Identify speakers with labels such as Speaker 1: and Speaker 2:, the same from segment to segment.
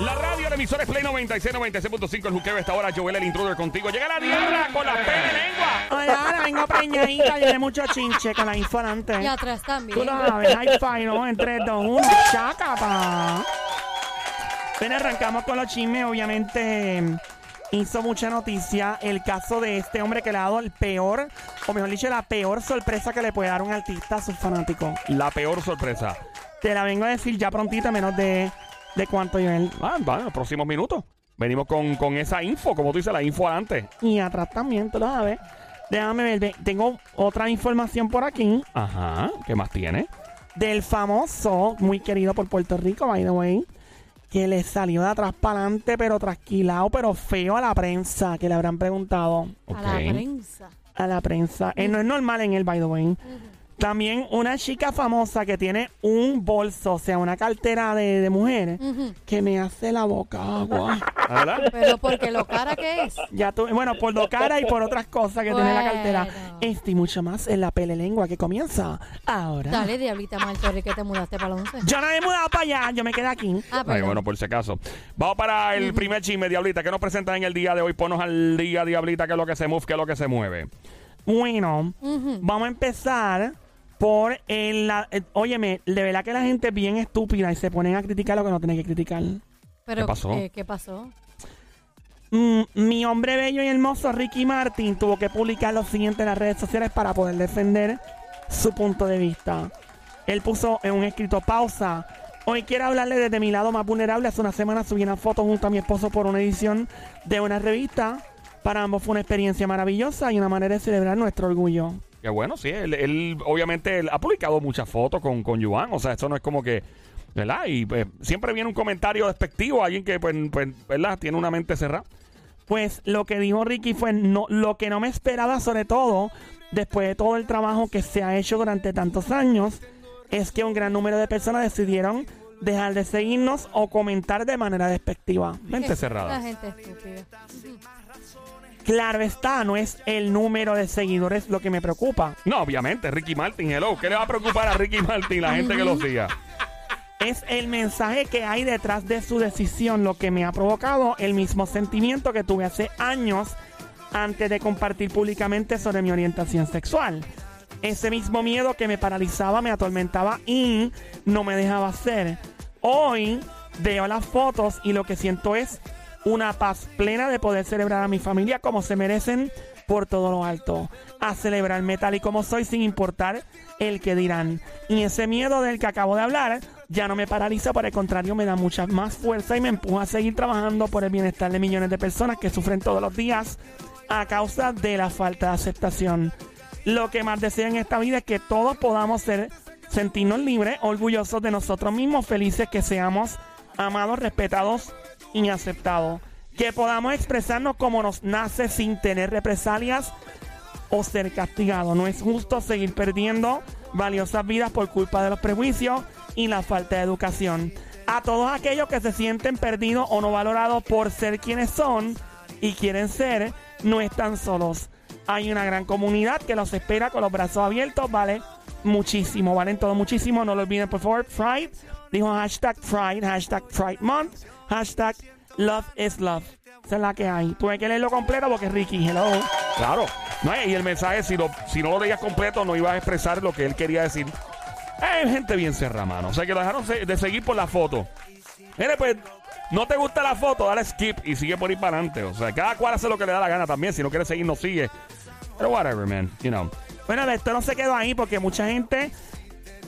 Speaker 1: La radio, la emisora es Play 96, 96.5. El juqueo esta hora. Joel, el intruder contigo. Llega la diabla con la pena en lengua.
Speaker 2: Hola, ahora vengo preñadita, llené mucho chinche con la info
Speaker 3: Y
Speaker 2: delante.
Speaker 3: atrás
Speaker 2: Tú
Speaker 3: también.
Speaker 2: lo sabes, high five, ¿no? En 3, 2, 1, chacapa. Bueno, arrancamos con los chismes, obviamente. Hizo mucha noticia el caso de este hombre que le ha dado el peor, o mejor dicho, la peor sorpresa que le puede dar un artista a sus fanáticos.
Speaker 1: La peor sorpresa.
Speaker 2: Te la vengo a decir ya prontita, menos de, de cuánto yo él.
Speaker 1: Ah, va, en los próximos minutos. Venimos con, con esa info, como tú dices, la info adelante.
Speaker 2: Y atrás también, tú lo sabes. Déjame ver, ve- tengo otra información por aquí.
Speaker 1: Ajá. ¿Qué más tiene?
Speaker 2: del famoso, muy querido por Puerto Rico, by the way, que le salió de atrás para adelante, pero trasquilado, pero feo a la prensa, que le habrán preguntado
Speaker 1: Ok.
Speaker 3: A la prensa.
Speaker 2: a la prensa. Eh, no es normal en él, by the way. También una chica famosa que tiene un bolso, o sea, una cartera de, de mujeres,
Speaker 3: Ujú.
Speaker 2: que me hace la boca agua.
Speaker 1: ¿Ah, ¿Verdad?
Speaker 3: Pero porque lo cara que es.
Speaker 2: Ya tú, bueno, por lo cara y por otras cosas que tiene la cartera.
Speaker 3: Bueno.
Speaker 2: Este y mucho más en la pele lengua que comienza ahora.
Speaker 3: Dale, diablita mal Torre, que te mudaste para el 11.
Speaker 2: Yo no me he mudado para allá, yo me quedé aquí.
Speaker 3: Ah,
Speaker 1: Ay,
Speaker 3: perdón.
Speaker 1: bueno, por si acaso. Vamos para el primer chisme, Diablita. ¿Qué nos presentas en el día de hoy? Ponos al día, Diablita, que es lo que se mueve, que es lo que se mueve.
Speaker 2: Bueno,
Speaker 3: Ujú.
Speaker 2: vamos a empezar por el... la- eh, óyeme, de verdad que la gente es bien estúpida y se ponen a criticar lo que no tienen que criticar.
Speaker 3: Pero,
Speaker 1: ¿Qué pasó?
Speaker 3: eh, ¿Qué pasó?
Speaker 2: Mm, mi hombre bello y hermoso Ricky Martin tuvo que publicar lo siguiente en las redes sociales para poder defender su punto de vista. Él puso en un escrito pausa. Hoy quiero hablarle desde mi lado más vulnerable. Hace una semana subí una foto junto a mi esposo por una edición de una revista. Para ambos fue una experiencia maravillosa y una manera de celebrar nuestro orgullo.
Speaker 1: Que bueno, sí, él, él, obviamente él ha publicado muchas fotos con, con Yuan, o sea, esto no es como que, ¿verdad? Y pues, siempre viene un comentario despectivo, alguien que, pues, pues, ¿verdad? Tiene una mente cerrada.
Speaker 2: Pues lo que dijo Ricky fue no, lo que no me esperaba, sobre todo después de todo el trabajo que se ha hecho durante tantos años, es que un gran número de personas decidieron dejar de seguirnos o comentar de manera despectiva.
Speaker 1: Mente
Speaker 3: Que- La
Speaker 1: cerrada.
Speaker 3: gente estúpida.
Speaker 2: Claro está, no es el número de seguidores lo que me preocupa,
Speaker 1: No, obviamente, Ricky Martin, hello. ¿Qué le va a preocupar a Ricky Martin, la gente que lo siga?
Speaker 2: es el mensaje que hay detrás de su decisión lo que me ha provocado el mismo sentimiento que tuve hace años antes de compartir públicamente sobre mi orientación sexual. Ese mismo miedo que me paralizaba, me atormentaba y no me dejaba hacer. Hoy veo las fotos y lo que siento es una paz plena de poder celebrar a mi familia como se merecen por todo lo alto. A celebrarme tal y como soy sin importar el que dirán. Y ese miedo del que acabo de hablar ya no me paraliza, por el contrario me da mucha más fuerza y me empuja a seguir trabajando por el bienestar de millones de personas que sufren todos los días a causa de la falta de aceptación. Lo que más deseo en esta vida es que todos podamos ser, sentirnos libres, orgullosos de nosotros mismos, felices que seamos amados, respetados y aceptados. Que podamos expresarnos como nos nace sin tener represalias o ser castigado. No es justo seguir perdiendo valiosas vidas por culpa de los prejuicios y la falta de educación. A todos aquellos que se sienten perdidos o no valorados por ser quienes son y quieren ser, no están solos. Hay una gran comunidad que los espera con los brazos abiertos, vale muchísimo, valen todo muchísimo. No lo olviden, por favor. Pride, dijo hashtag Pride, hashtag Pride Month, hashtag Love is Love. Esa es la que hay. Tuve que leerlo completo porque Ricky, hello.
Speaker 1: Claro. No, y el mensaje, si, lo, si no lo leías completo, no ibas a expresar lo que él quería decir. Hay gente bien cerrada, mano. O sea, que lo dejaron se- de seguir por la foto. Mire, pues, no te gusta la foto, dale skip y sigue por ir para adelante. O sea, cada cual hace lo que le da la gana también. Si no quiere seguir, no sigue. Pero whatever, man. You know.
Speaker 2: Bueno, esto no se quedó ahí porque mucha gente,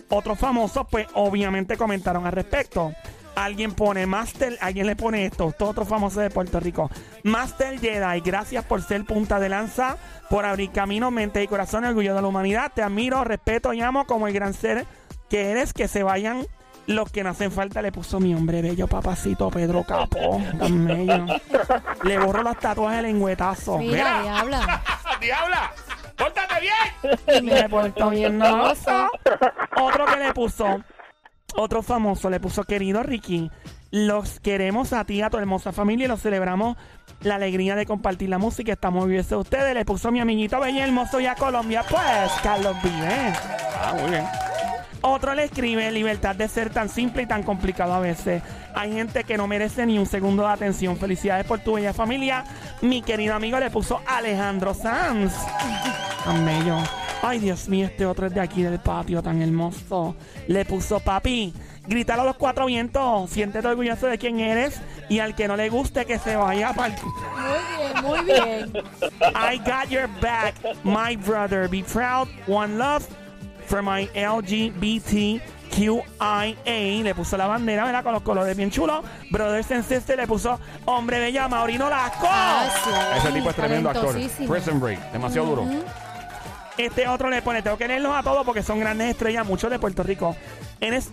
Speaker 2: otros famosos, pues obviamente comentaron al respecto. Alguien pone Master, alguien le pone esto, todos otros famosos de Puerto Rico. Master Jedi, gracias por ser punta de lanza, por abrir caminos, mente y corazón, orgullo de la humanidad. Te admiro, respeto y amo como el gran ser que eres, que se vayan los que no hacen falta, le puso mi hombre bello, papacito Pedro Capó. Tan bello. Le borro los tatuajes de
Speaker 1: Oh,
Speaker 2: lengüetazo.
Speaker 3: Mira, diabla.
Speaker 1: ¡Diabla! ¡Pórtate bien!
Speaker 2: Me portó bien noso. Otro que le puso, otro famoso le puso, querido Ricky, los queremos a ti, a tu hermosa familia y los celebramos la alegría de compartir la música. Estamos vivos de ustedes. Le puso mi amiguito bello y hermoso y a Colombia, pues, Carlos Vives.
Speaker 1: Ah, muy bien.
Speaker 2: Otro le escribe libertad de ser tan simple y tan complicado a veces. Hay gente que no merece ni un segundo de atención. Felicidades por tu bella familia. Mi querido amigo le puso Alejandro Sanz. Tan bello. Ay, Dios mío, este otro es de aquí del patio, tan hermoso. Le puso papi. Gritar a los cuatro vientos. Siéntete orgulloso de quién eres. Y al que no le guste, que se vaya para
Speaker 3: Muy bien, muy bien.
Speaker 2: I got your back, my brother. Be proud. One love for my LGBTQIA. Le puso la bandera, ¿verdad? Con los colores bien chulos. Brothers and Sisters le puso Hombre Bella Maurino Lasco.
Speaker 3: Gracias.
Speaker 1: Ese tipo es tremendo actor.
Speaker 3: Talentosísimo.
Speaker 1: Prison Break, demasiado duro.
Speaker 2: Este otro le pone, tengo que leerlos a todos porque son grandes estrellas, muchos de Puerto Rico. Eres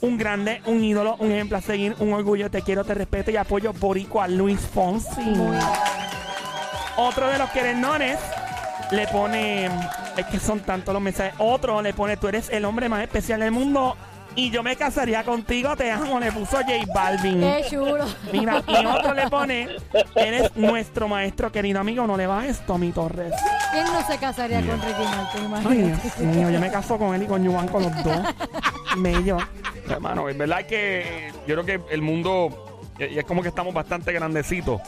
Speaker 2: un grande, un ídolo, un ejemplo a seguir, un orgullo, te quiero, te respeto y apoyo boricua Luis Fonsi. Otro de los querenones le pone, es que son tantos los mensajes, otro le pone, tú eres el hombre más especial del mundo y yo me casaría contigo, te amo, le puso J Balvin.
Speaker 3: Qué chulo.
Speaker 2: Mira, y otro le pone, eres nuestro maestro querido amigo, no le bajes, Tommy Torres.
Speaker 3: ¿Quién no se casaría con Ricky Martin?
Speaker 2: Ay,
Speaker 3: Imagínate.
Speaker 2: Dios mío, yo me caso con él y con Yuan con los dos. Bello.
Speaker 1: Hermano, es verdad que yo creo que el mundo eh, es como que estamos bastante grandecitos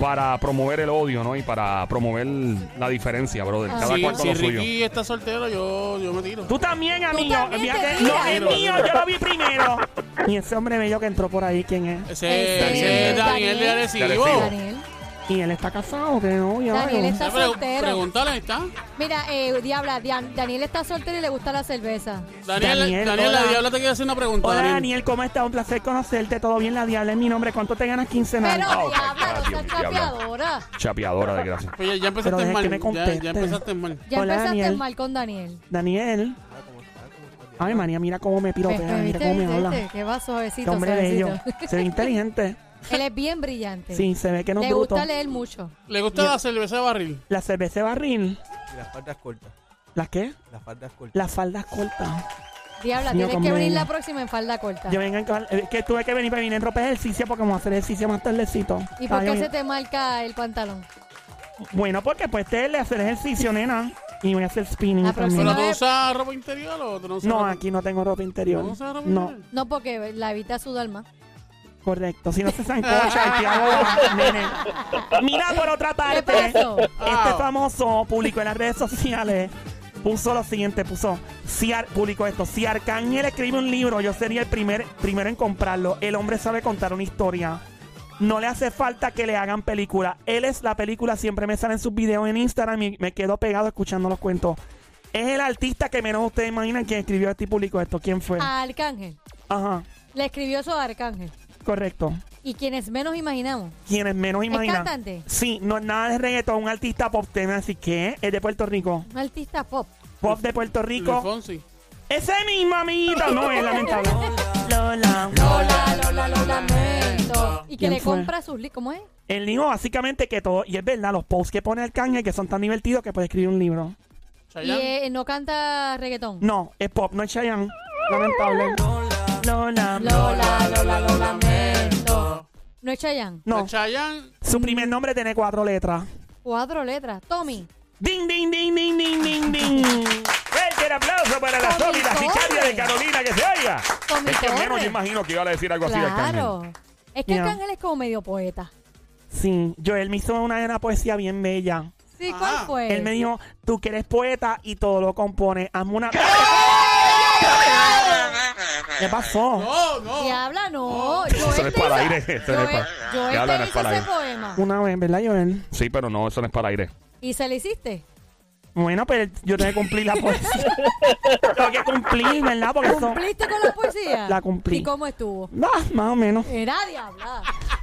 Speaker 1: para promover el odio, ¿no? Y para promover la diferencia, brother. Cada
Speaker 4: Si,
Speaker 1: cual con
Speaker 4: si
Speaker 1: lo suyo.
Speaker 4: Ricky está soltero, yo, yo me tiro.
Speaker 2: Tú también, amigo.
Speaker 3: también
Speaker 2: Fíjate,
Speaker 3: te
Speaker 2: no,
Speaker 3: tiras.
Speaker 2: es mío, yo lo vi primero. Y ese hombre bello que entró por ahí, ¿quién es?
Speaker 4: Ese,
Speaker 3: Ese
Speaker 4: ese es Daniel de
Speaker 3: Daniel.
Speaker 4: Arecibo.
Speaker 1: De Arecibo.
Speaker 3: Daniel.
Speaker 2: ¿Y él está casado? que no? Ya,
Speaker 3: Daniel
Speaker 2: no.
Speaker 3: está
Speaker 4: Pre-
Speaker 3: soltero.
Speaker 4: Pregúntale, ahí está.
Speaker 3: Mira, eh, Diabla, Dian- Daniel está soltero y le gusta la cerveza.
Speaker 2: Daniel,
Speaker 4: Daniel, Daniel,
Speaker 2: hola.
Speaker 4: la diabla te quiere hacer una pregunta.
Speaker 2: Hola, Daniel, ¿cómo estás? Un placer conocerte. ¿Todo bien? La diabla es mi nombre. ¿Cuánto te ganas quincenal?
Speaker 3: Pero
Speaker 1: Oh, my
Speaker 3: Diabla,
Speaker 1: God,
Speaker 3: no seas
Speaker 1: Dios, Diabla.
Speaker 3: chapeadora.
Speaker 1: Chapeadora de gracia.
Speaker 4: Pues ya, ya
Speaker 2: Pero
Speaker 4: empezaste
Speaker 2: deja que
Speaker 4: mal.
Speaker 2: me
Speaker 4: ya,
Speaker 2: conteste.
Speaker 4: ya empezaste mal.
Speaker 3: Ya
Speaker 2: Hola,
Speaker 3: empezaste
Speaker 2: Daniel.
Speaker 3: mal con Daniel.
Speaker 2: Daniel. Ay, María, mira cómo me
Speaker 3: Pues,
Speaker 2: piropea. Mira
Speaker 3: ¿viste,
Speaker 2: cómo me
Speaker 3: viste,
Speaker 2: habla.
Speaker 3: viste? Que va
Speaker 2: Qué
Speaker 3: suavecito,
Speaker 2: hombre bello.
Speaker 3: suavecito.
Speaker 2: Se ve inteligente.
Speaker 3: Él es bien brillante.
Speaker 2: Sí, se ve que no es
Speaker 3: Le
Speaker 2: bruto.
Speaker 3: gusta leer mucho.
Speaker 4: ¿Le gusta la cerveza de barril?
Speaker 2: La cerveza de barril.
Speaker 5: Y las faldas cortas.
Speaker 2: ¿Las qué?
Speaker 5: Las faldas cortas.
Speaker 2: Las faldas cortas.
Speaker 3: Diabla, tienes
Speaker 2: Señor,
Speaker 3: que venir
Speaker 2: conmigo.
Speaker 3: la próxima en falda corta.
Speaker 2: Yo vengo en cal- eh, que tuve que venir para venir en ropa de ejercicio porque vamos a hacer ejercicio más tardecito.
Speaker 3: ¿Y por
Speaker 2: Ay,
Speaker 3: qué
Speaker 2: yo-
Speaker 3: se te marca el pantalón?
Speaker 2: Bueno, porque después te le hacer ejercicio, nena. Y voy a hacer spinning
Speaker 3: La
Speaker 2: también.
Speaker 4: ¿Pero
Speaker 3: próxima.
Speaker 4: tú
Speaker 3: es-
Speaker 4: usas ropa interior o tú no usas
Speaker 2: No,
Speaker 4: ropa-
Speaker 2: aquí no tengo ropa interior.
Speaker 4: ¿No usas ropa
Speaker 2: No,
Speaker 4: interior?
Speaker 3: No, porque la evita sudar más.
Speaker 2: correcto. Si no se sancocha, el hago nene. Mira, por otra
Speaker 3: ¿Qué
Speaker 2: parte,
Speaker 3: pasó?
Speaker 2: este famoso publicó en las redes sociales. Puso lo siguiente, puso, si Ar- publicó esto, si Arcángel escribe un libro, yo sería el primer, primero en comprarlo. El hombre sabe contar una historia. No le hace falta que le hagan película. Él es la película, siempre me salen sus videos en Instagram y me quedo pegado escuchando los cuentos. Es el artista que menos ustedes imaginan quien escribió este y publicó esto. ¿Quién fue?
Speaker 3: A Arcángel.
Speaker 2: Ajá,
Speaker 3: Le escribió eso a Arcángel.
Speaker 2: correcto.
Speaker 3: Y quienes menos imaginamos.
Speaker 2: Quienes menos imaginan.
Speaker 3: cantante?
Speaker 2: Sí, no es nada de reggaetón, un artista pop tema, así que es de Puerto Rico.
Speaker 3: Un artista pop.
Speaker 2: Pop de Puerto
Speaker 4: Luis
Speaker 2: Rico.
Speaker 4: Fonsi.
Speaker 2: Ese mismo amiguito, no es lamentable. Lola.
Speaker 3: Lola, Lola, lo lamento. Y que
Speaker 2: ¿Quién
Speaker 3: le
Speaker 2: fue?
Speaker 3: compra sus li- ¿Cómo es?
Speaker 2: El libro básicamente que todo, y es verdad, los posts que pone el canje que son tan divertidos que puede escribir un libro.
Speaker 3: Y
Speaker 4: Chayanne.
Speaker 3: eh, no canta reggaetón.
Speaker 2: No, es pop, no es Chayanne. Lamentable. Lola.
Speaker 3: Lola, Lola, lo lamento. No es Chayanne.
Speaker 2: No,
Speaker 4: Pues Chayanne.
Speaker 2: su primer nombre tiene cuatro letras.
Speaker 3: Cuatro letras. Tommy.
Speaker 2: Ding, ding, ding, ding, ding, ding, ding.
Speaker 1: Fuerte el aplauso para la
Speaker 3: Con
Speaker 1: sólida
Speaker 3: mi
Speaker 1: sicaria de
Speaker 3: torre.
Speaker 1: Carolina que se oiga.
Speaker 3: Tommy
Speaker 1: Es que al menos yo
Speaker 3: Torres.
Speaker 1: imagino que iba a decir algo así de Arcángel.
Speaker 3: Claro. Es que
Speaker 2: Ya.
Speaker 3: Arcángel es como medio poeta.
Speaker 2: Sí, Joel me hizo una, una poesía bien bella.
Speaker 3: Sí, ¿cuál
Speaker 4: Ah.
Speaker 3: fue?
Speaker 2: Él me dijo, tú que eres poeta y todo lo compone. Hazme una... ¿Qué pasó?
Speaker 4: No, no.
Speaker 3: Diabla, no. este
Speaker 1: Eso no es para aire. Eso no es para-
Speaker 3: Yo este
Speaker 1: Diabla, no es para
Speaker 3: ese
Speaker 1: aire.
Speaker 3: poema.
Speaker 2: Una vez, ¿verdad, Joel?
Speaker 1: Sí, pero no, eso no es para aire.
Speaker 3: ¿Y se le hiciste?
Speaker 2: Bueno, pues yo tengo que cumplir la poesía. Tengo que cumplir, ¿verdad? Porque eso...
Speaker 3: ¿Cumpliste con la poesía?
Speaker 2: La cumplí.
Speaker 3: ¿Y cómo estuvo?
Speaker 2: Ah, más o menos.
Speaker 3: Era Diabla.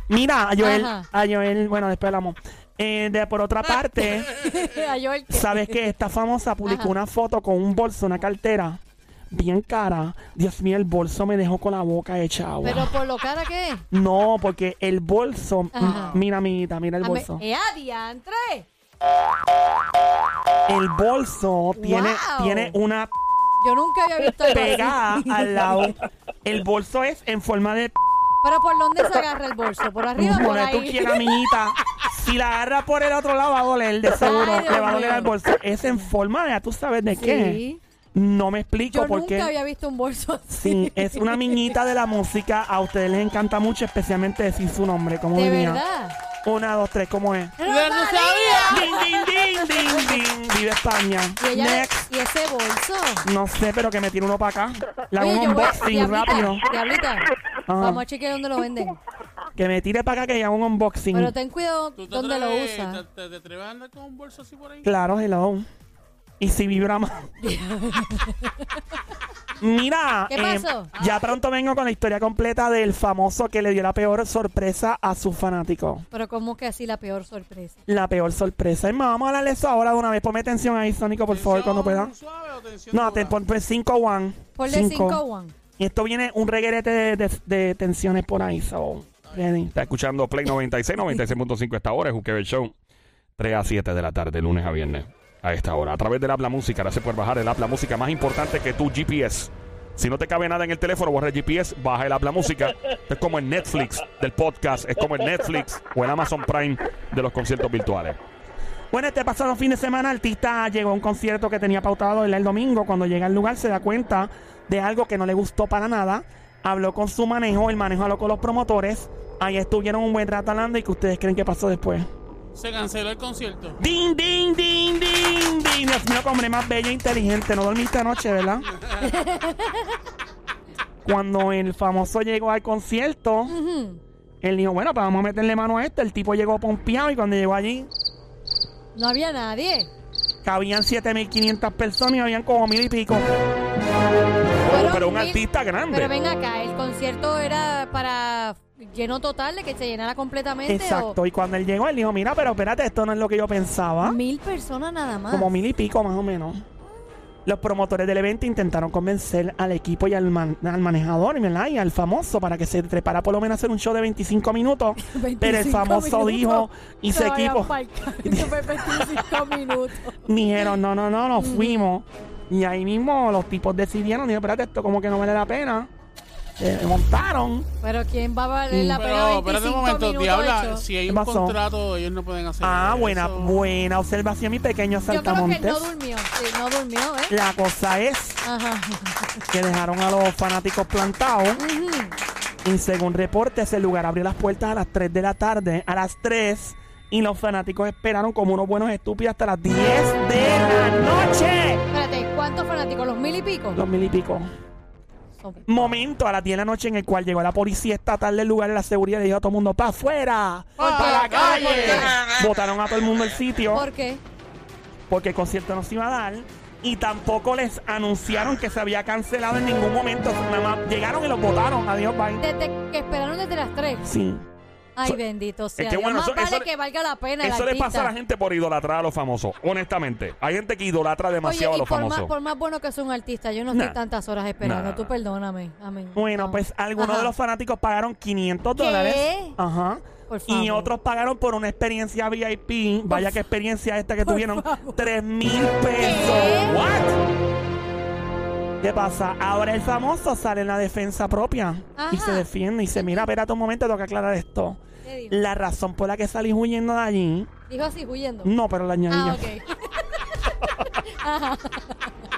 Speaker 2: Mira, a Joel,
Speaker 3: Ajá.
Speaker 2: a Joel, bueno, después hablamos. Eh, de, por otra parte,
Speaker 3: A Joel, ¿qué?
Speaker 2: ¿sabes que Esta famosa publicó
Speaker 3: Ajá.
Speaker 2: una foto con un bolso, una cartera, bien cara. Dios mío, el bolso me dejó con la boca hecha agua.
Speaker 3: Pero por lo cara que es.
Speaker 2: No, porque el bolso.
Speaker 3: Ajá.
Speaker 2: Mira, amiguita, mira el
Speaker 3: A me-
Speaker 2: bolso.
Speaker 3: ¡Eh, a diantre!
Speaker 2: El bolso tiene, tiene una
Speaker 3: Yo nunca había visto algo así.
Speaker 2: pegada al lado. El bolso es en forma de.
Speaker 3: Pero por dónde se agarra el bolso? ¿Por arriba o por
Speaker 2: Donde tú
Speaker 3: ahí?
Speaker 2: quieras, amiguita. Si la agarra por el otro lado, va a doler, de seguro.
Speaker 3: Ay, Dios
Speaker 2: le va a doler
Speaker 3: mío.
Speaker 2: al bolso. Es en forma de, tú sabes de qué.
Speaker 3: Sí.
Speaker 2: No me explico
Speaker 3: Yo
Speaker 2: por qué.
Speaker 3: nunca había visto un bolso así.
Speaker 2: Sí, es una miñita de la música. A ustedes les encanta mucho, especialmente decir su nombre. ¿Cómo
Speaker 3: De
Speaker 2: venía?
Speaker 3: verdad.
Speaker 2: Una, dos, tres, ¿cómo es?
Speaker 4: ¡No sabía!
Speaker 2: ¡Din, din, din, din, din! Vive España.
Speaker 3: Y, ella-
Speaker 2: Next.
Speaker 3: y ese bolso.
Speaker 2: No sé, pero que me tire uno para acá. Le hago
Speaker 3: Oye,
Speaker 2: un
Speaker 3: yo voy-
Speaker 2: unboxing
Speaker 3: Diablita,
Speaker 2: rápido. Ah.
Speaker 3: Diablita,
Speaker 2: Ajá.
Speaker 3: vamos a chequear dónde lo venden.
Speaker 2: Que me tire para acá que le hago un unboxing.
Speaker 3: Pero ten cuidado
Speaker 4: ¿Tú te
Speaker 3: dónde lo
Speaker 4: atreves-
Speaker 3: usas.
Speaker 4: ¿Te, te, te atreves a andar con un bolso así por ahí?
Speaker 2: Claro, hello. Y si vibra más. Mira, eh,
Speaker 3: ¿Qué pasó?
Speaker 2: ya pronto vengo con la historia completa del famoso que le dio la peor sorpresa a sus fanáticos.
Speaker 3: Pero como que así la peor sorpresa.
Speaker 2: La peor sorpresa. Hermano, vamos a hablarle eso ahora de una vez. Ponme atención ahí, Sónico, por favor, cuando pueda.
Speaker 4: ¿Tensión suave o tensión
Speaker 2: No, te
Speaker 4: dura?
Speaker 2: pon 5 one.
Speaker 3: Ponle
Speaker 2: Cinco.
Speaker 3: 5-1.
Speaker 2: Y esto viene un reguerete de, de- de tensiones por ahí. So, ready.
Speaker 1: Está escuchando Play 96, 96.5 a esta hora. Es Juquebel Show. 3 a 7 de la tarde, lunes a viernes. A esta hora. A través del app La Música. Ahora se puede bajar el app La Música más importante que tu GPS. Si no te cabe nada en el teléfono, borra el GPS, baja el app La Música. Esto es como el Netflix del podcast. Es como el Netflix o el Amazon Prime de los conciertos virtuales.
Speaker 2: Bueno, este pasado fin de semana, el artista llegó a un concierto que tenía pautado el, el domingo. Cuando llega al lugar, se da cuenta de algo que no le gustó para nada. Habló con su manejo, el manejo habló con los promotores. Ahí estuvieron un buen rato hablando. ¿Y que ustedes creen que pasó después?
Speaker 4: Se canceló el concierto.
Speaker 2: ¡Ding, ding, ding, ding, ding! Dios mío, que hombre más bello e inteligente. No dormiste anoche, ¿verdad? Cuando el famoso llegó al concierto, él dijo, bueno, pues vamos a meterle mano a este. El tipo llegó pompeado y cuando llegó allí,
Speaker 3: No había nadie.
Speaker 2: cabían 7.500 personas y habían como mil y pico.
Speaker 1: Pero,
Speaker 3: Fueron
Speaker 1: un
Speaker 3: mil-
Speaker 1: artista
Speaker 3: Pero
Speaker 1: grande.
Speaker 3: ven acá, el concierto era para lleno total, de que se llenara completamente.
Speaker 2: Exacto. Y cuando él llegó, él dijo, mira, pero espérate, esto no es lo que yo
Speaker 3: O
Speaker 2: pensaba.
Speaker 3: mil personas nada más.
Speaker 2: Como mil y pico más o menos. Los promotores del evento intentaron convencer al equipo y al, man- al manejador ¿verdad? y al famoso para que se trepara por lo menos a hacer un show de 25 minutos. pero el
Speaker 3: 25
Speaker 2: famoso
Speaker 3: minutos.
Speaker 2: dijo y
Speaker 3: Se
Speaker 2: se
Speaker 3: vayan
Speaker 2: equipo.
Speaker 3: pa'l carajo, fue 25 minutos.
Speaker 2: Dijeron, no, no, no, nos fuimos. Y ahí mismo los tipos decidieron, dijeron, espérate, esto como que no vale la pena. Se montaron.
Speaker 3: Pero quién va a valer la pena
Speaker 4: Pero
Speaker 3: 25
Speaker 4: espérate un momento,
Speaker 3: minutos
Speaker 4: Diabla,
Speaker 3: hecho?
Speaker 4: si hay
Speaker 2: ¿Qué
Speaker 4: un
Speaker 2: pasó?
Speaker 4: contrato, ellos no pueden hacer
Speaker 2: Ah, buena,
Speaker 4: eso.
Speaker 2: buena observación, mi pequeño
Speaker 3: Yo creo que
Speaker 2: saltamontes.
Speaker 3: él no durmió, sí, no durmió, ¿eh?
Speaker 2: La cosa es
Speaker 3: Ajá.
Speaker 2: que dejaron a los fanáticos plantados.
Speaker 3: Ujú.
Speaker 2: Y según reportes, el lugar abrió las puertas a las 3 de la tarde. A las 3. Y los fanáticos esperaron como unos buenos estúpidos hasta las 10 de la noche.
Speaker 3: Espérate, ¿cuántos fanáticos? ¿Los mil y pico?
Speaker 2: Dos mil y pico.
Speaker 3: Son-
Speaker 2: Momento a las 10 de la noche en el cual llegó la policía estatal del lugar de la seguridad y le dijo a todo el mundo, ¡pa' afuera!
Speaker 4: ¡Pa'
Speaker 2: ¡Pa' la
Speaker 4: la
Speaker 2: calle!
Speaker 4: calle!
Speaker 2: Botaron a todo el mundo el sitio
Speaker 3: ¿Por qué?
Speaker 2: porque el concierto no se iba a dar. Y tampoco les anunciaron que se había cancelado en ningún momento. Nada más llegaron y los botaron. Adiós, bye.
Speaker 3: Desde que esperaron desde las 3.
Speaker 2: Sí.
Speaker 3: Ay,
Speaker 1: So-
Speaker 3: bendito sea.
Speaker 1: que
Speaker 3: Dios.
Speaker 1: bueno,
Speaker 3: Más
Speaker 1: eso-
Speaker 3: vale
Speaker 1: eso le-
Speaker 3: que valga la pena. el
Speaker 1: Eso le pasa a la
Speaker 3: artista.
Speaker 1: gente por idolatrar a los famosos, honestamente. Hay gente que idolatra demasiado
Speaker 3: Oye,
Speaker 1: a
Speaker 3: y
Speaker 1: los
Speaker 3: por más,
Speaker 1: famosos.
Speaker 3: por más bueno que sea un artista, yo no estoy
Speaker 1: Nah.
Speaker 3: tantas horas esperando.
Speaker 1: Nah.
Speaker 3: Tú perdóname. Amén.
Speaker 2: Bueno,
Speaker 3: No.
Speaker 2: pues algunos
Speaker 3: Ajá.
Speaker 2: de los fanáticos pagaron 500
Speaker 3: ¿Qué?
Speaker 2: dólares. Ajá.
Speaker 3: Por
Speaker 2: Y
Speaker 3: favor.
Speaker 2: otros pagaron por una experiencia VIP. Vaya que experiencia esta que tuvieron.
Speaker 3: favor.
Speaker 2: 3 mil pesos.
Speaker 3: ¿Qué?
Speaker 1: What?
Speaker 2: ¿Qué pasa? Ahora el famoso sale en la defensa propia. Y
Speaker 3: Ajá.
Speaker 2: se defiende y dice, mira, espérate un momento, tengo que aclarar esto.
Speaker 3: ¿Qué dijo?
Speaker 2: La razón por la que salí huyendo de allí.
Speaker 3: Eh, Dijo así, huyendo.
Speaker 2: No, pero la añadí yo.
Speaker 3: Ah, ok. Ajá.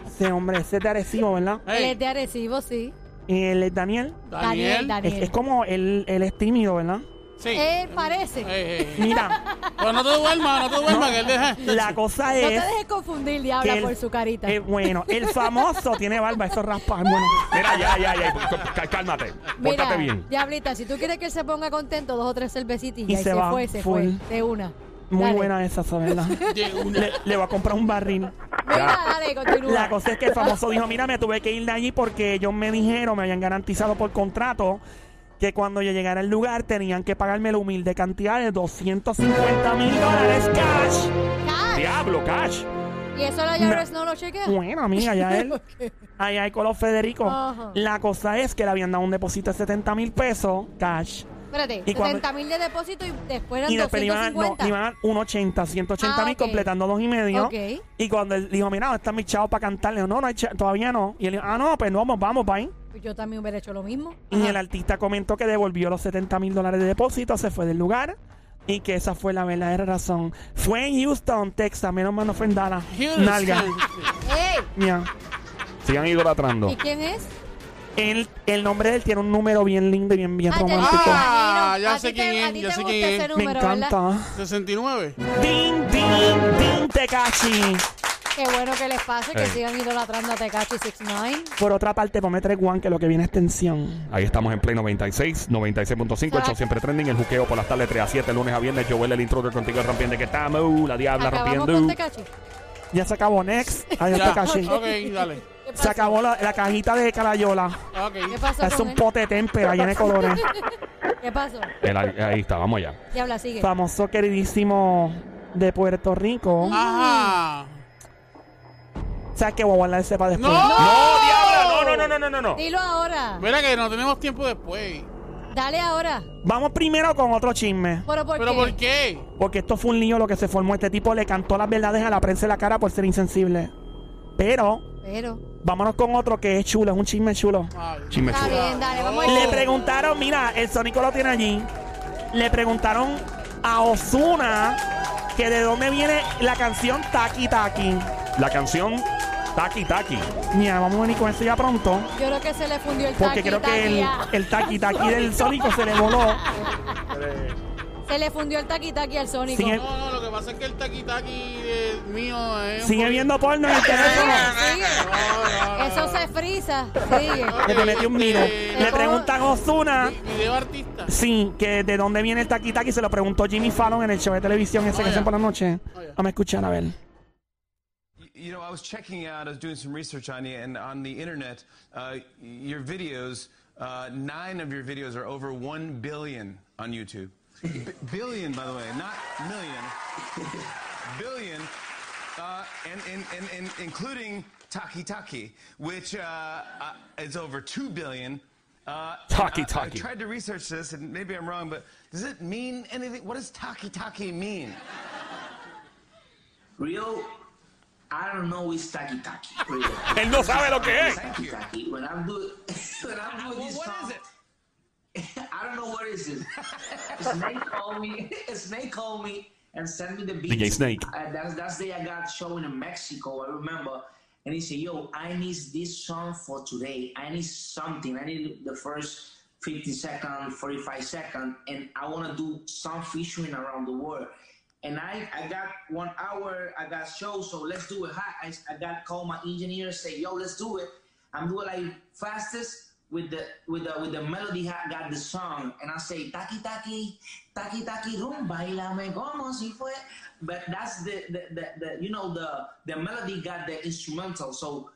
Speaker 2: Ese Este hombre, ese es de Arecibo, ¿verdad?
Speaker 3: Él
Speaker 4: Ey,
Speaker 3: es de Arecibo, sí.
Speaker 2: El, el Daniel.
Speaker 4: Daniel.
Speaker 3: Daniel, Eh,
Speaker 2: Es,
Speaker 3: Daniel.
Speaker 2: es como él, él es tímido, ¿verdad?
Speaker 4: Sí.
Speaker 3: Él
Speaker 4: Ey,
Speaker 3: parece.
Speaker 4: ey, ey.
Speaker 2: Mira,
Speaker 4: Pero no te duermas, no te duermas, que él deja.
Speaker 2: la cosa
Speaker 3: No te
Speaker 2: es.
Speaker 3: dejes confundir,
Speaker 2: que
Speaker 3: diabla,
Speaker 2: el-
Speaker 3: por su carita.
Speaker 2: eh, bueno, el famoso tiene barba, eso raspa. Bueno,
Speaker 1: Mira, ya, ya, ya. cá- Cálmate. Pórtate bien.
Speaker 3: Diablita, si tú quieres que él se ponga contento, dos o tres cervecitas
Speaker 2: Y
Speaker 3: y, ya, y
Speaker 2: se
Speaker 3: se,
Speaker 2: va,
Speaker 3: fue, se
Speaker 2: full.
Speaker 3: fue. De una.
Speaker 2: muy
Speaker 3: Dale.
Speaker 2: buena esa, esa, ¿verdad?
Speaker 4: Llegó una-
Speaker 2: Le, le voy a comprar un barril.
Speaker 3: Mira, dale, continúa.
Speaker 2: La cosa es que el famoso dijo, mira, me tuve que ir de allí porque ellos me dijeron, me habían garantizado por contrato que cuando yo llegara al lugar tenían que pagarme la humilde cantidad de 250 mil dólares cash.
Speaker 3: Cash.
Speaker 1: Diablo, Cash.
Speaker 3: Y eso la Jarvis no lo chequea.
Speaker 2: Bueno, amiga, ya él. Allá hay con los Federico.
Speaker 3: Ajá.
Speaker 2: La cosa es que le habían dado un depósito de 70 mil pesos cash.
Speaker 3: Espérate,
Speaker 2: Y cuando-
Speaker 3: 70 mil de depósito y después eran
Speaker 2: Y después le iban, no,
Speaker 3: 250.
Speaker 2: le iban a dar un 80, 180
Speaker 3: Ah,
Speaker 2: mil,
Speaker 3: ok.
Speaker 2: completando dos y medio.
Speaker 3: Ok.
Speaker 2: Y cuando él dijo, mira, están mis chavos para cantar, le dijo, no, no hay cha- todavía no. Y él dijo, ah, no, pues no, vamos, vamos, bye.
Speaker 3: Pues Yo también hubiera hecho lo mismo.
Speaker 2: Y el artista comentó que devolvió los 70 mil dólares de depósito, se fue del lugar y que esa fue la verdadera razón. Fue en Houston, Texas, menos mal no fue en Dallas.
Speaker 4: Houston.
Speaker 2: Nalga.
Speaker 3: ¡Ey!
Speaker 2: Mía.
Speaker 1: Sigan idolatrando.
Speaker 3: ¿Y quién es?
Speaker 2: Él- el nombre de él tiene un número bien lindo y bien, bien
Speaker 3: Ah, ya
Speaker 2: romántico.
Speaker 3: me
Speaker 4: Ah,
Speaker 3: imagino.
Speaker 4: ya
Speaker 3: A
Speaker 4: sé
Speaker 3: ti te-
Speaker 4: quién
Speaker 3: a
Speaker 4: es,
Speaker 3: ti
Speaker 4: ya
Speaker 3: te
Speaker 4: sé
Speaker 3: gusta
Speaker 4: quién
Speaker 3: ese
Speaker 4: es.
Speaker 2: Me
Speaker 3: número, ¿verdad?
Speaker 2: encanta.
Speaker 4: 69.
Speaker 2: Din, din, din, Tekashi.
Speaker 3: Qué bueno que les pase que
Speaker 1: Ey.
Speaker 3: sigan idolatrando a Tekashi 69.
Speaker 2: Por otra parte, ponme 3 One, que lo que viene es tensión.
Speaker 1: Ahí estamos en Play 96, 96.5, el show siempre trending, el juqueo por las tardes 3 a 7, lunes a viernes, Joel el intruder contigo el rompiendo que estamos, uh, la diabla
Speaker 3: Acabamos
Speaker 1: rompiendo.
Speaker 3: con este Tekashi.
Speaker 2: Ya se acabó Next. Adiós,
Speaker 4: Ya.
Speaker 2: Tekashi.
Speaker 4: Ok, pues dale.
Speaker 3: ¿Qué
Speaker 2: Ah, Se
Speaker 3: pasó?
Speaker 2: acabó la, la cajita de Carayola.
Speaker 3: ¿Qué
Speaker 4: Ok.
Speaker 3: pasó
Speaker 2: Es
Speaker 3: con
Speaker 2: un
Speaker 3: él?
Speaker 2: pote de témpera lleno de colores.
Speaker 3: ¿Qué pasó?
Speaker 1: El- ahí está, vamos allá.
Speaker 3: Diabla, sigue.
Speaker 2: Famoso queridísimo de Puerto Rico.
Speaker 4: Ajá.
Speaker 2: O sea, que voy a guardar ese para después.
Speaker 4: ¡No!
Speaker 1: ¡No, diabla! No, no, no, no, no, no.
Speaker 3: Dilo ahora.
Speaker 4: Mira que no tenemos tiempo después.
Speaker 3: Dale ahora.
Speaker 2: Vamos primero con otro chisme.
Speaker 3: ¿Pero por
Speaker 4: ¿Pero
Speaker 3: qué?
Speaker 4: por qué?
Speaker 2: Porque esto fue un lío lo que se formó. Este tipo le cantó las verdades a la prensa en la cara por ser insensible. Pero,
Speaker 3: Pero.
Speaker 2: vámonos con otro que es chulo, es un chisme chulo.
Speaker 4: Ay.
Speaker 1: Chisme
Speaker 3: Está
Speaker 1: chulo.
Speaker 3: bien, dale, vamos a
Speaker 2: Le preguntaron, mira, el Sónico lo tiene allí. Le preguntaron a Osuna que de dónde viene la canción Taki Taki.
Speaker 1: La canción Taki Taki.
Speaker 2: Mira, vamos a venir con eso ya pronto.
Speaker 3: Yo creo que se le fundió el
Speaker 2: Porque
Speaker 3: taqui,
Speaker 2: creo que
Speaker 3: taqui
Speaker 2: el,
Speaker 3: a-
Speaker 2: el Taki Taki del Sónico se le voló.
Speaker 3: Se le fundió el taqui taqui al Sónico.
Speaker 2: Sigue-
Speaker 4: No, no, lo que pasa es que el taqui taqui de- mío es. un
Speaker 2: Sigue
Speaker 4: poquito-
Speaker 2: viendo porno en el teléfono.
Speaker 3: Sigue, sigue.
Speaker 4: No, no, no.
Speaker 3: Eso se frisa. Sigue.
Speaker 2: Que te metí un miro.
Speaker 4: Eh,
Speaker 2: Le preguntan a Osuna.
Speaker 4: Vi- Video artista.
Speaker 2: Sí, que de dónde viene el taqui taqui se lo preguntó Jimmy Fallon en el show de televisión ese que
Speaker 4: Oye.
Speaker 2: hacen por la noche.
Speaker 4: Oye.
Speaker 2: Vamos a escuchar a ver.
Speaker 6: Y- You know, I was checking out, I was doing some research on you, and on the internet, uh, your videos, uh, nine of your videos are over 1 billion on YouTube. B- billion, by the way, not million. billion. Uh, and, and, and, and including Taki Taki, which uh, uh, is over 2 billion. Uh, and
Speaker 1: Taki
Speaker 6: I-
Speaker 1: Taki.
Speaker 6: I tried to research this, and maybe I'm wrong, but does it mean anything? What does Taki Taki mean?
Speaker 7: Real, I don't know it's taki taki. Real.
Speaker 1: Él no sabe lo que es.
Speaker 7: taki taki. When I'm doing, when I'm doing
Speaker 6: Ah,
Speaker 7: this
Speaker 6: What
Speaker 7: song,
Speaker 6: is it?
Speaker 7: I don't know what is it. Snake called me. Snake called me and sent me the beat.
Speaker 1: DJ Snake.
Speaker 7: Uh, that's that's the day I got showing in Mexico. I remember. And he said, "Yo, I need this song for today. I need something. I need the first 50 second, 45 second, and I want to do some featuring around the world." And I, I got one hour. I got show, so let's do it. hot. I, I got call my engineer, say, "Yo, let's do it." I'm doing like fastest with the with the with the melody I got the song and I say taki taki taki taki rum bailame como si fue but that's the the, the, the you know the the melody got the instrumental so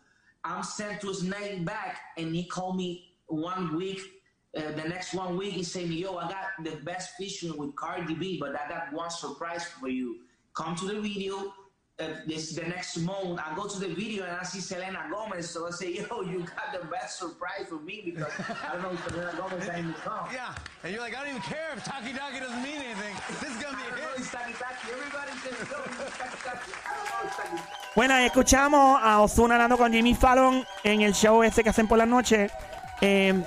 Speaker 7: I'm sent to Snake back and he called me one week uh, the next one week he say me yo I got the best featuring with Cardi B but I got one surprise for you come to the video uh, this the next month I go to the video and I see Selena Gomez. So I say, yo, you got the best surprise for me because I don't know if Selena Gomez ain't come.
Speaker 6: Yeah, and you're like, I don't even care if Taki Taki doesn't mean anything. This is gonna
Speaker 7: I
Speaker 6: be a
Speaker 7: don't know
Speaker 6: hit.
Speaker 7: it's Taki Taki. Everybody says, yo, it's Taki Taki. I don't know it's Taki Taki.
Speaker 2: Bueno, ahí escuchamos a Osuna hablando con Jimmy Fallon en el show ese que hacen por la noche. Eh,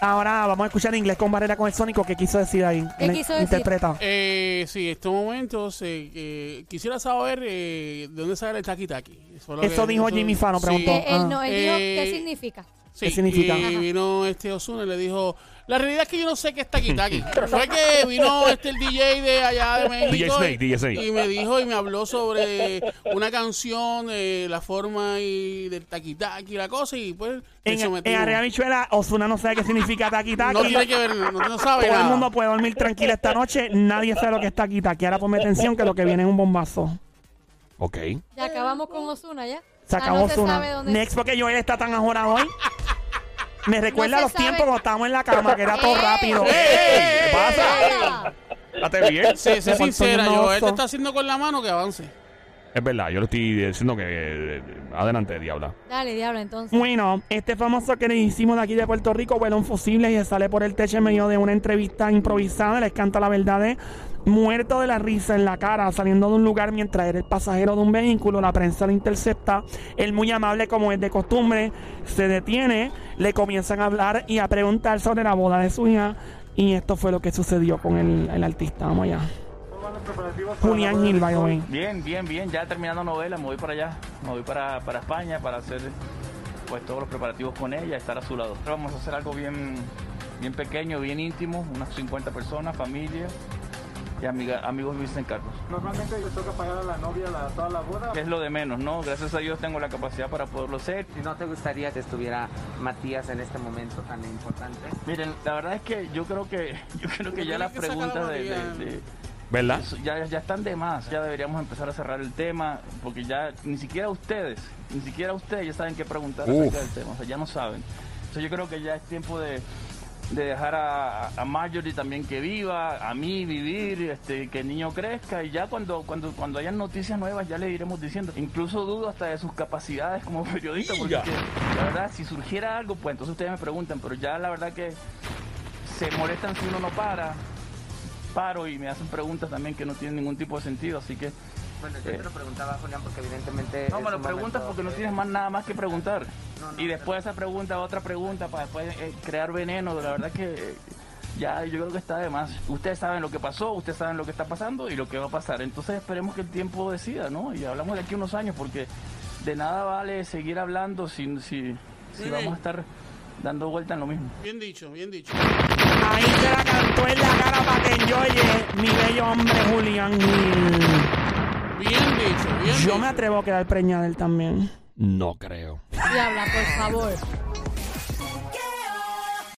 Speaker 2: ahora vamos a escuchar inglés con barrera con el Sónico que quiso decir ahí.
Speaker 3: ¿Qué
Speaker 2: Le-
Speaker 3: quiso decir?
Speaker 2: Interpreta.
Speaker 4: Eh, sí, en estos momentos eh, eh, quisiera saber eh, de dónde sale el taqui taqui. Eso, es lo
Speaker 2: Eso
Speaker 4: que-
Speaker 2: dijo Jimmy Fallon, preguntó.
Speaker 3: Eh, él no, él dijo,
Speaker 4: Eh,
Speaker 3: ¿qué significa?
Speaker 4: Sí,
Speaker 2: ¿Qué significa?
Speaker 4: Y
Speaker 2: Ajá.
Speaker 4: vino este Osuna y le dijo, la realidad es que yo no sé qué es taqui taqui. Fue que vino este el DJ de allá de México.
Speaker 1: DJ Snake,
Speaker 4: y,
Speaker 1: DJ Snake.
Speaker 4: y me dijo y me habló sobre una canción, eh, la forma y del taqui taqui, la cosa y pues... le
Speaker 2: En, en
Speaker 4: sometimos.
Speaker 2: Área Bichuela, Osuna no sabe qué significa taqui taqui.
Speaker 4: no tiene que ver, no, no sabe
Speaker 2: Todo el
Speaker 4: nada.
Speaker 2: mundo puede dormir tranquila esta noche. Nadie sabe lo que está aquí. Aquí ahora ponme atención que lo que viene es un bombazo.
Speaker 1: Ok.
Speaker 3: Ya acabamos con Ozuna, ¿ya?
Speaker 2: Se
Speaker 3: Ah,
Speaker 2: acabó
Speaker 3: no se
Speaker 2: Ozuna.
Speaker 3: sabe dónde
Speaker 2: Next, porque Joel está tan ajorado hoy. Me recuerda
Speaker 3: No se
Speaker 2: los
Speaker 3: sabe.
Speaker 2: tiempos cuando estábamos en la cama, que era todo
Speaker 3: ¡Eh!
Speaker 2: rápido.
Speaker 4: ¡Eh, eh, eh,
Speaker 1: ¿Qué pasa?
Speaker 3: Anda.
Speaker 1: Date bien.
Speaker 4: Sé, sé
Speaker 2: Me faltó
Speaker 4: sincera,
Speaker 2: un
Speaker 4: yo,
Speaker 2: oso.
Speaker 4: él te está haciendo con la mano que avance.
Speaker 1: Es verdad, yo le estoy diciendo que. eh, adelante, diabla.
Speaker 3: Dale, diablo, entonces.
Speaker 2: Bueno, este famoso queridísimo de aquí de Puerto Rico vuela un fusible y se sale por el techo en medio de una entrevista improvisada. Les canta la verdad de muerto de la risa en la cara, saliendo de un lugar mientras era el pasajero de un vehículo. La prensa lo intercepta. Él, muy amable como es de costumbre, se detiene, le comienzan a hablar y a preguntar sobre la boda de su hija. Y esto fue lo que sucedió con el, el artista. Vamos allá. Julián Gil, by the way.
Speaker 8: Bien, bien, bien, ya terminando novela, me voy para allá, me voy para, para España para hacer pues todos los preparativos con ella, estar a su lado. Vamos a hacer algo bien, bien pequeño, bien íntimo, unas 50 personas, familia y amiga- amigos Luis en Carlos.
Speaker 9: Normalmente yo toca pagar a la novia la, toda la boda.
Speaker 8: Es lo de menos, ¿no? Gracias a Dios tengo la capacidad para poderlo hacer.
Speaker 10: ¿No te gustaría que estuviera Matías en este momento tan importante?
Speaker 8: Miren, la verdad es que yo creo que, yo creo que
Speaker 4: Tiene
Speaker 8: ya las
Speaker 4: que sacar a
Speaker 8: preguntas de-
Speaker 4: María.
Speaker 8: de- de,
Speaker 1: ¿Verdad?
Speaker 8: Eso Ya, ya están de más, ya deberíamos empezar a cerrar el tema, porque ya ni siquiera ustedes, ni siquiera ustedes ya saben qué preguntar
Speaker 1: Uf.
Speaker 8: acerca del tema, o sea, ya no saben. Entonces yo creo que ya es tiempo de, de dejar a, a Marjorie también que viva, a mí vivir, este, que el niño crezca, y ya cuando, cuando, cuando hayan noticias nuevas ya le iremos diciendo. Incluso dudo hasta de sus capacidades como periodista, porque
Speaker 1: Ya.
Speaker 8: es que, la verdad, si surgiera algo, pues entonces ustedes me preguntan, pero ya la verdad que se molestan si uno no para, paro y me hacen preguntas también que no tienen ningún tipo de sentido, así que...
Speaker 10: Bueno, yo
Speaker 8: Eh.
Speaker 10: te lo preguntaba, Julián, porque evidentemente.
Speaker 8: No,
Speaker 10: es
Speaker 8: me lo
Speaker 10: un
Speaker 8: preguntas
Speaker 10: momento
Speaker 8: porque no
Speaker 10: que-
Speaker 8: tienes más nada más que preguntar.
Speaker 10: No, no,
Speaker 8: Y después de esa pregunta, otra pregunta, para después eh, crear veneno, la verdad que eh, ya yo creo que está de más. Ustedes saben lo que pasó, ustedes saben lo que está pasando y lo que va a pasar. Entonces esperemos que el tiempo decida, ¿no? Y hablamos de aquí unos años porque de nada vale seguir hablando si, si, si
Speaker 4: Muy
Speaker 8: vamos
Speaker 4: bien.
Speaker 8: a estar dando vuelta en lo mismo.
Speaker 4: Bien dicho, bien dicho.
Speaker 2: Ahí te la cantó en la cara para que yo oye, mi bello hombre Julián Gil.
Speaker 4: Bien dicho, bien dicho.
Speaker 2: Yo me atrevo a quedar preñada de él también.
Speaker 1: No creo.
Speaker 3: Diabla, por favor.